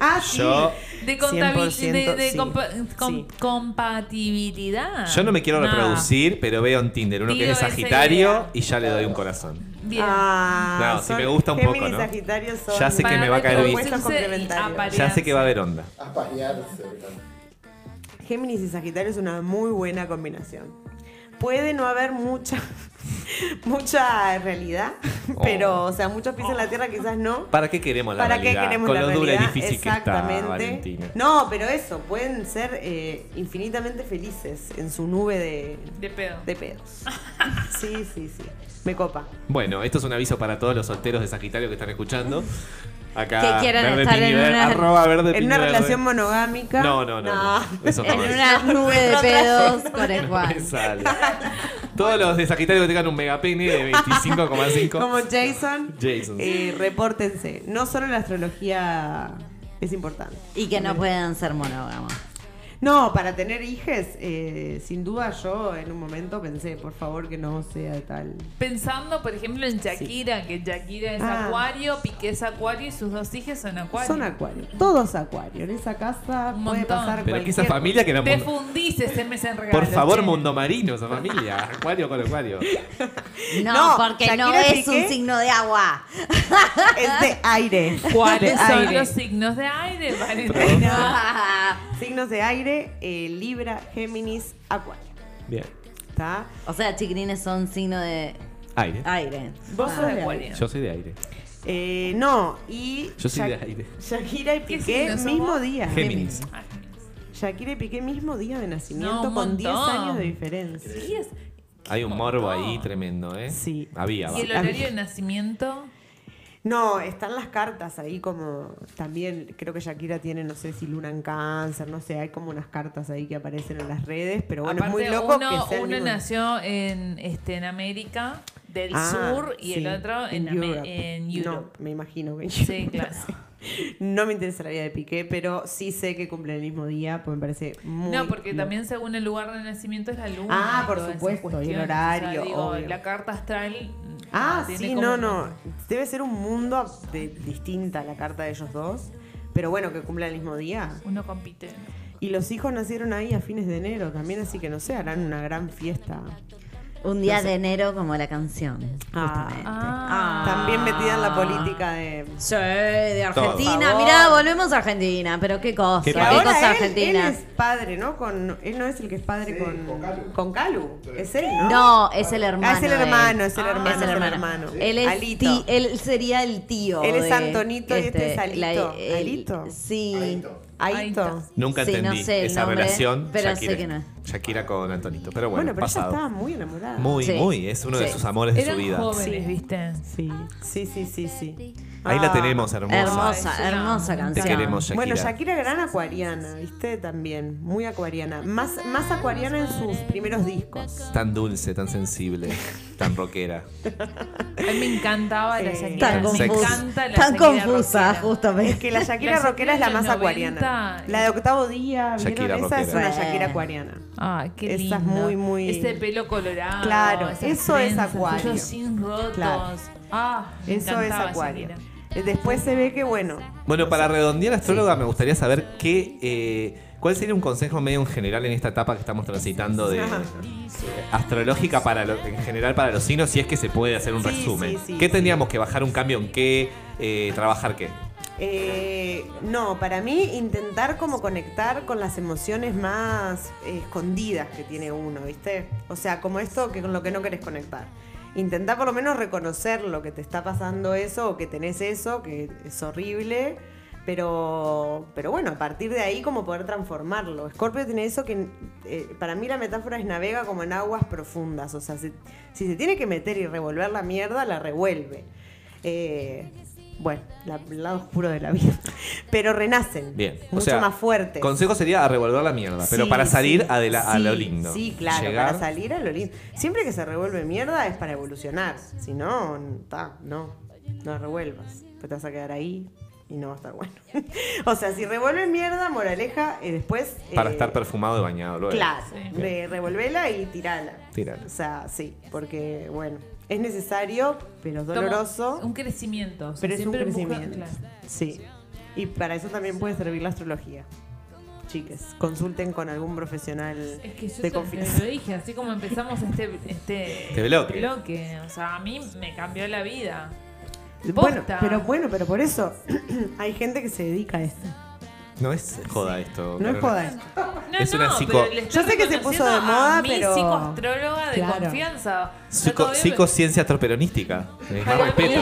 E: Ah, sí.
D: Yo-
A: De, contabil-
E: 100%,
A: de, de
E: sí.
A: compa- com-
E: Sí.
A: compatibilidad.
D: Yo no me quiero
A: Nada.
D: reproducir, pero veo en Tinder uno que
A: Digo
D: es de
A: esa
D: Sagitario
A: idea.
D: y ya le doy un corazón.
A: Bien.
E: Ah,
D: No, sí
E: son-
D: me gusta un poco,
E: Géminis,
D: ¿no?
E: Sagitario son-
D: Ya sé que
A: Para
D: me va a caer bien.
A: reproducirse
E: Opuestos
A: y
E: complementarios.
A: aparearse.
D: Ya sé que va a haber onda.
E: Géminis y Sagitario es una muy buena combinación. puede no haber mucha, *laughs* mucha realidad,
D: Oh.
E: pero, o sea, muchos pies en la tierra quizás no.
D: ¿Para qué queremos la
E: ¿Para
D: realidad?
E: qué queremos
D: Con
E: la
D: lo dura
E: realidad?
D: y difícil que está,
E: Exactamente.
D: Valentina.
E: no, pero eso, pueden ser eh, infinitamente felices en su nube de,
A: De pedo. *laughs*
E: de pedos. Sí, sí, sí. Me copa.
D: Bueno, esto es un aviso para todos los solteros de Sagitario que están escuchando. Acá,
C: Que quieran
D: Verde
C: estar
D: Piñi
C: en
D: Verde,
C: una-
D: arroba Verde
E: En
D: Piñi
E: una
D: Verde.
E: relación monogámica.
D: No, no, no. no. Eso
C: En
D: no es. *laughs*
C: una nube de pedos con el
D: No me
C: Juan.
D: sale. Todos los de Sagitario que tengan un megapene de 25,5.
E: *laughs* Como Jason,
D: Jason.
E: eh, repórtense. No solo la astrología es importante.
C: Y que no puedan ser monógamos.
E: No, para tener hijes, eh, sin duda yo en un momento pensé, por favor que no sea tal.
A: Pensando, por ejemplo, en Shakira, que Shakira es
E: Ah.
A: acuario, Piqué es acuario y sus dos hijas son acuario.
E: Son acuarios, todos acuarios. En esa casa
A: Un
E: puede
A: montón.
E: pasar
D: Pero que esa
E: cualquier
D: familia que era
A: Te
D: mundo-
A: fundís ese mes en regalo.
D: Por favor,
A: che.
D: mundo marino, esa familia. Acuario con
E: *laughs*
D: acuario.
C: No,
E: No,
C: porque no
E: Shakira
C: es un
E: Piqué-
C: signo de agua.
E: Es de aire.
A: ¿Cuáles
E: De
A: son
E: aire.
A: los signos de aire, Valentina?
E: signos de aire? eh, Libra, Géminis, Acuario.
D: Bien.
E: ¿Está?
C: *laughs* o sea, chiquirines son signo de
D: Aire.
C: aire. Ah,
E: Vos sos Ah, de aire.
A: Acuario.
D: Yo soy de aire.
E: Eh, no, y.
D: Yo soy
E: Shak-
D: de aire.
E: Shakira y
A: ¿Qué
E: Piqué,
A: signo sos
E: mismo
A: vos?
E: día.
D: Géminis.
A: Ay,
E: Shakira y Piqué, mismo día de
A: No,
E: nacimiento,
A: un
E: con 10
A: montón.
E: años de diferencia.
A: ¿qué es?
D: Hay un morbo
E: Oh.
D: ahí tremendo, ¿eh?
E: Sí.
D: Había.
A: ¿Y el
D: va.
A: horario de nacimiento?
E: No, están las cartas ahí como también creo que Shakira tiene no sé si Luna en cáncer, no sé, hay como unas cartas ahí que aparecen en las redes, pero bueno,
A: Aparte,
E: es muy loco
A: uno,
E: que sea el
A: uno
E: mismo-
A: nació en, este, en América del
E: Ah,
A: Sur y el
E: sí,
A: otro en, Ame- en
E: No, *laughs*
A: Europe.
E: me imagino que en
A: Sí,
E: Europe.
A: claro.
E: No me interesa la vida de Piqué, pero sí sé que cumple el mismo día, pues me parece muy
A: No, porque
E: loco.
A: también según el lugar de nacimiento es la luna.
E: Ah,
A: y
E: por
A: todas esas
E: supuesto, y el
A: cuestiones.
E: horario, obvio.
A: La carta astral.
E: Ah,
A: tiene
E: sí,
A: como
E: no,
A: una-
E: no. Debe ser un mundo de- distinta la carta de ellos dos, pero bueno, que cumpla el mismo día.
A: Uno compite.
E: Y los hijos nacieron ahí a fines de enero también, así que no sé, harán una gran fiesta.
C: Un día de enero como la canción.
E: Ah.
C: justamente.
A: Ah.
E: También metida en la política de...
C: Sí, de Argentina.
E: Todo.
C: Mirá, volvemos a Argentina. Pero qué cosa, qué,
D: Que ahora
C: cosa
E: él,
C: Argentina.
E: él es padre, ¿no? Con, él no es el que es padre
F: Sí,
E: con...
F: con Calu.
E: Con Calu. Es él, ¿no?
C: No, es el hermano.
E: Ah, es el
C: de él.
E: hermano, es el
A: Ah.
E: hermano,
C: Es el hermano. Él, es
E: Alito.
C: ti- él sería el tío.
E: Él es
C: de-
E: Antonito y este es Alito.
C: el-
E: Alito.
C: Sí.
F: Alito.
E: Ahito.
A: Ahito.
D: Nunca
C: Sí, no
D: entendí
C: sé el
D: esa
C: nombre,
D: relación.
C: pero
D: Shakira,
C: sé que no.
D: Shakira con Antonito. Pero bueno,
E: Bueno, pero
D: pasado.
E: ella estaba muy enamorada.
D: Muy,
C: Sí.
D: muy. Es uno de
C: Sí.
D: sus amores de
A: Eran
D: su vida.
A: jóvenes, ¿viste?
E: Sí, sí, sí, sí, sí.
D: Ahí la
E: Ah.
D: tenemos, hermosa.
A: es
C: Hermosa,
A: una-
C: hermosa
A: Te
D: Te
C: canción.
D: queremos, Shakira.
E: Bueno, Shakira gran acuariana, ¿viste? También, muy acuariana. Más, más acuariana en sus primeros discos.
D: Tan dulce, tan sensible, tan rockera.
A: A mí me encantaba la
E: Sí.
A: Shakira.
C: Tan
D: Me
C: confusa.
A: encanta la
C: Tan
A: Shakira
C: confusa,
A: rockera.
E: Es
C: justamente.
E: que la Shakira
A: La Shakira
E: rockera es la
A: de
E: más
A: los
E: acuariana.
A: 90.
E: La de octavo día, ¿vieron?
D: Shakira
E: Esa es
D: rockera.
E: una
C: Sí.
E: Shakira acuariana.
A: Ah, qué lindo.
E: Esa es muy, muy-
A: Ese pelo colorado.
E: Claro,
A: esas
E: eso es
A: trenzas,
E: acuario.
A: esos jeans rotos.
E: Claro.
A: Ah, me
E: Eso es
A: encantaba
E: acuario.
A: Shakira.
E: Eh, Después se ve que, bueno,
D: Bueno, para redondear astróloga, me gustaría saber qué, eh, cuál sería un consejo medio en general en esta etapa que estamos transitando
E: *laughs*
D: de
E: Ajá.
D: astrológica para lo- en general para los signos, si es que se puede hacer un
E: Sí,
D: resumen.
E: sí, sí,
D: ¿Qué
E: sí.
D: tendríamos que bajar un cambio en qué, eh, trabajar qué?
E: eh, no, para mí intentar como conectar con las emociones más eh, escondidas que tiene uno, ¿viste? O sea, como esto que con lo que no querés conectar. Intentar por lo menos reconocer lo que te está pasando eso o que tenés eso, que es horrible. Pero, pero bueno, a partir de ahí como poder transformarlo. Escorpio tiene eso que eh, para mí la metáfora es navega como en aguas profundas. O sea, si, si se tiene que meter y revolver la mierda, la revuelve. Eh, bueno, la- el lado oscuro de la vida. *laughs* Pero renacen.
D: Bien.
E: Mucho
D: o sea,
E: más fuerte.
D: Consejo sería a revolver la mierda, pero
E: Sí,
D: para salir
E: sí,
D: a, de la- a
E: sí,
D: lo lindo.
E: Sí, claro,
D: Llegar-
E: para salir a lo lindo. Siempre que se revuelve mierda es para evolucionar. Si no, ta, no, no revuelvas. Pues te vas a quedar ahí y no va a estar bueno. *laughs* o sea, si revuelve mierda, moraleja, y después.
D: Para
E: eh,
D: estar perfumado y bañado luego.
E: Claro,
A: Sí.
E: re- revolvela y tirala.
D: Tirala.
E: O sea, sí, porque, bueno, es necesario, pero es
A: Como
E: doloroso.
A: Un crecimiento. o sea,
E: Pero es un
A: siempre busca-
E: crecimiento.
A: claro.
E: Sí. Y para eso también puede servir la astrología. Chiques, consulten con algún profesional
A: Es que yo
E: de
A: te,
E: confianza.
A: te lo dije, así como empezamos este, este,
D: Este bloque.
A: O sea, a mí me cambió la vida.
E: Bueno,
A: Posta.
E: *clears throat* pero bueno, pero por eso hay gente que se dedica a esto.
D: No es joda esto.
E: No es
D: Carolina.
E: joda esto.
A: No,
D: Es una
A: no,
D: psico-
A: pero le estoy
E: Yo sé que se puso de
A: reconociendo a
E: moda,
A: mi
E: pero-
A: psicoastróloga de
C: Claro.
A: confianza.
D: Psico- psicociencia troperonística. Eh, Más respeto.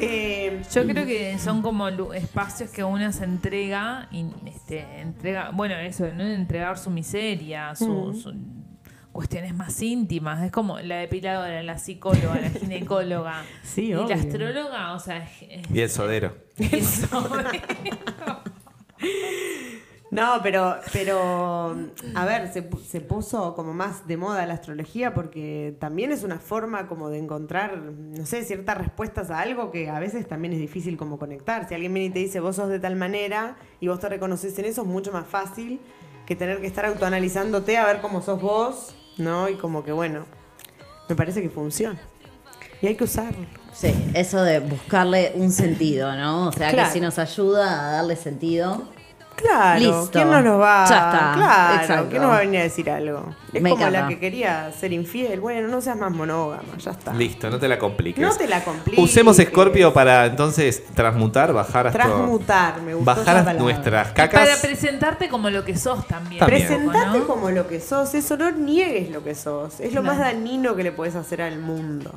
E: Eh,
A: Yo creo que son como lu- espacios que uno se entrega, y, este, entrega, bueno, eso, ¿no? entregar su miseria, su, su- cuestiones más íntimas. Es como la depiladora, la psicóloga, la ginecóloga.
E: Sí,
A: y
E: obvio.
A: la astróloga, o sea, es-
D: Y el sodero.
A: es- *laughs*
E: No, pero, pero, a ver, se, pu- se puso como más de moda la astrología porque también es una forma como de encontrar, no sé, ciertas respuestas a algo que a veces también es difícil como conectar. Si alguien viene y te dice, vos sos de tal manera y vos te reconoces en eso, es mucho más fácil que tener que estar autoanalizándote a ver cómo sos vos, ¿no? Y como que, bueno, me parece que funciona. Y hay que usarlo.
C: Sí, eso de buscarle un sentido, ¿no? O sea,
E: Claro.
C: que si nos ayuda a darle sentido.
E: Claro,
C: Listo.
E: ¿quién no nos va?
C: Ya está,
E: Claro,
C: exacto.
E: ¿quién nos va a venir a decir algo? Es
C: Me
E: como la
C: encanta.
E: que quería ser infiel. Bueno, no seas más monógama, ya está.
D: Listo, no te la compliques.
E: No te la compliques.
D: Usemos Scorpio para entonces transmutar, bajar hasta.
E: Transmutar, me gustó esa
D: Bajar
E: palabra.
D: nuestras
A: para
D: cacas.
A: presentarte como lo que sos también.
D: También.
E: Presentate
A: ¿no?
E: como lo que sos, eso no niegues lo que sos. Es lo
A: Claro.
E: más dañino que le puedes hacer al mundo.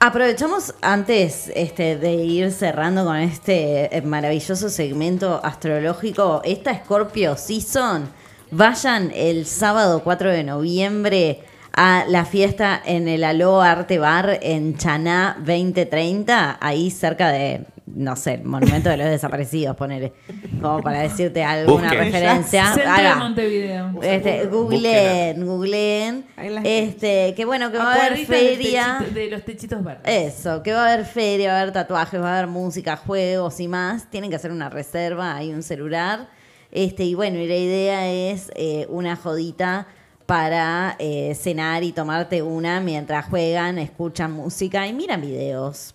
C: Aprovechamos antes este, de ir cerrando con este eh, maravilloso segmento astrológico. Esta Scorpio Season. Vayan el sábado 4 de noviembre a la fiesta en el Aló Arte Bar en Chaná 2030, ahí cerca de, no sé, el Monumento de los Desaparecidos, poner como para decirte alguna
D: Busquen.
C: referencia.
A: Centro
C: Ahí
A: de
C: va.
A: Montevideo.
C: Este, googleen, googleen.
E: Ahí las-
C: Este, que bueno, que va a Eh, haber
A: Acuadritas del
C: feria.
A: techito- de los techitos verdes.
C: Eso, que va a haber feria, va a haber tatuajes, va a haber música, juegos y más. Tienen que hacer una reserva, hay un celular. Este, y bueno, y la idea es eh, una jodita para eh, cenar y tomarte una mientras juegan, escuchan música y miran videos.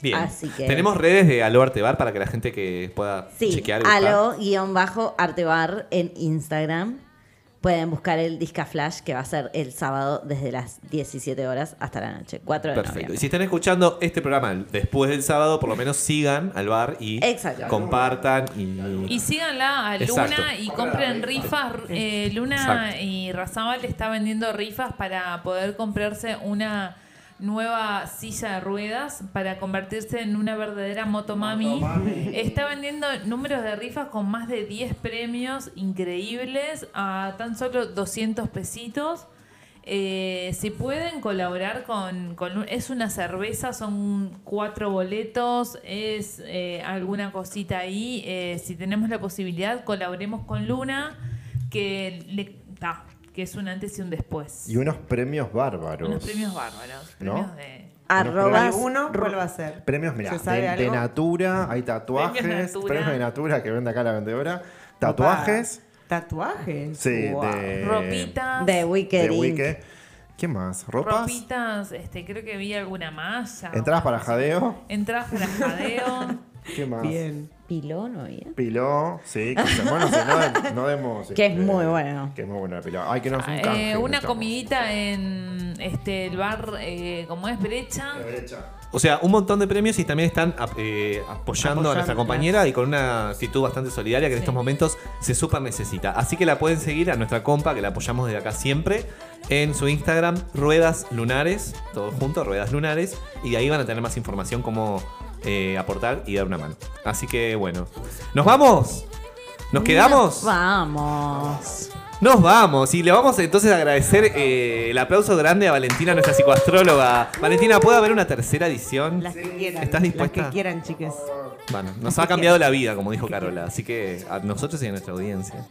D: Bien.
C: Así que-
D: Tenemos redes de Alo Artebar para que la gente que pueda
C: Sí,
D: chequear. y buscar.
C: alo-artebar en Instagram. Pueden buscar el Disca Flash que va a ser el sábado desde las 17 horas hasta la noche, 4 de
D: Perfecto. Y
C: noviembre.
D: si están escuchando este programa después del sábado, por lo menos sigan al bar y
C: Exacto.
D: compartan. Y,
A: Y síganla a Luna
D: Exacto.
A: y compren rifas. Ru- eh, Luna
D: Exacto.
A: y Razabal está vendiendo rifas para poder comprarse una nueva silla de ruedas para convertirse en una verdadera motomami. *laughs* Está vendiendo números de rifas con más de 10 premios increíbles a tan solo 200 pesitos. Eh, si pueden colaborar con, con un- Es una cerveza, son cuatro boletos, es eh, alguna cosita ahí. Eh, si tenemos la posibilidad, colaboremos con Luna, que, le, ta, que es un antes y un después.
F: Y unos premios bárbaros.
A: Unos premios bárbaros.
F: ¿No?
A: Premios de...
C: Arrobas
E: Alguno, ¿cuál va a ser?
F: Premios, mira,
E: ¿Se sabe
F: de, de
E: algo?
F: Natura, hay tatuajes,
A: Premios
F: premios,
A: Natura.
F: de Natura que vende acá la vendedora, tatuajes,
E: Papá, ¿Tatuajes?
F: sí,
E: Wow.
F: de
A: Ropitas.
C: de Weekend.
F: de Wike. ¿Qué más? ¿Ropas?
A: Ropitas, este, creo que vi alguna masa.
F: ¿Entradas para jadeo?
A: Entradas para
F: *laughs*
A: jadeo.
F: ¿Qué más?
E: Bien.
C: Piló, ¿no había?
F: Piló, sí, que se- bueno, se- no, no demos. este,
C: Que es muy bueno.
F: Que es muy bueno el piló. Ay, que no es un
A: Eh,
F: canje,
A: una
F: muchachos.
A: comidita en este el bar eh, como es brecha
D: O sea, un montón de premios y también están ap- eh, apoyando, a nuestra compañera y con una actitud bastante solidaria que en estos momentos se super necesita. Así que la pueden seguir a nuestra compa, que la apoyamos desde acá siempre, en su Instagram, Ruedas Lunares, todo junto, Ruedas Lunares, y ahí van a tener más información cómo eh, aportar y dar una mano. Así que bueno, ¿nos vamos? ¿Nos quedamos?
C: Vamos.
D: Nos vamos y le vamos entonces a agradecer eh, el aplauso grande a Valentina, nuestra psicoastróloga. Valentina, ¿puede haber una tercera edición?
E: Las que quieran.
D: ¿Estás dispuesta?
E: Las que quieran, chicas.
D: Bueno, nos ha cambiado la vida, como dijo Carola. Así que a nosotros y a nuestra audiencia.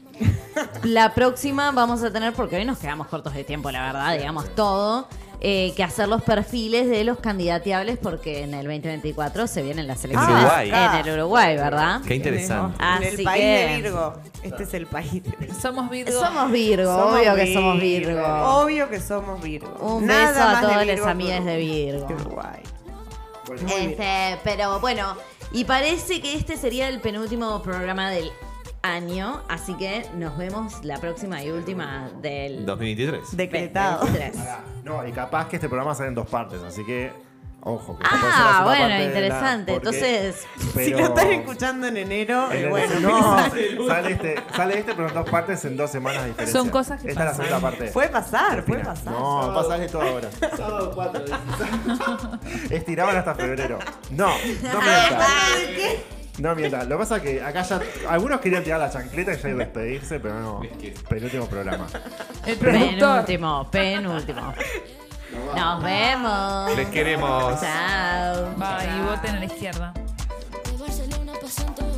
C: La próxima vamos a tener, porque hoy nos quedamos cortos de tiempo, la verdad, digamos todo, eh, que hacer los perfiles de los candidateables porque en el 2024 se vienen las elecciones
D: Uruguay.
C: en el Uruguay, ¿verdad?
D: Qué interesante.
E: En el
C: Así
E: país
C: Ah, que-
E: de Virgo. Este es el país de Virgo.
A: Somos Virgo.
C: Somos Virgo,
E: Somos
C: obvio que somos Virgo.
E: Obvio que somos Virgo.
C: Un
E: Nada
C: beso a
E: más de
C: todos
E: Virgo
C: los
E: que
C: amigues de Virgo.
E: que Uruguay.
C: Este, pero bueno, y parece que este sería el penúltimo programa del año, así que nos vemos la próxima y última del
D: 2023.
E: Decretado.
C: 23.
F: No, y capaz que este programa sale en dos partes, así que Ojo. Que capaz era
C: Ah,
F: una
C: bueno,
F: parte de la-
C: interesante.
F: porque- *laughs*
C: Entonces,
E: Si
F: pero-
E: lo están escuchando en enero, eh,
F: en el-
E: bueno,
F: no, sale este, sale este, pero en dos partes en dos semanas diferentes.
A: Son cosas que
F: Esta es la segunda parte.
E: puede pasar, puede pasar.
F: No, pasaje todo ahora.
G: Sábado 4.
F: Estiraban hasta febrero. No, no mientas. No mientas. Lo que pasa es que acá ya. Algunos querían tirar la chancleta y ya ir a despedirse, pero no. Penúltimo programa.
A: El productor.
C: penúltimo, penúltimo. Nos vemos.
D: Les queremos.
C: Chao.
A: Va, y voten a la izquierda.
H: De Barcelona pasando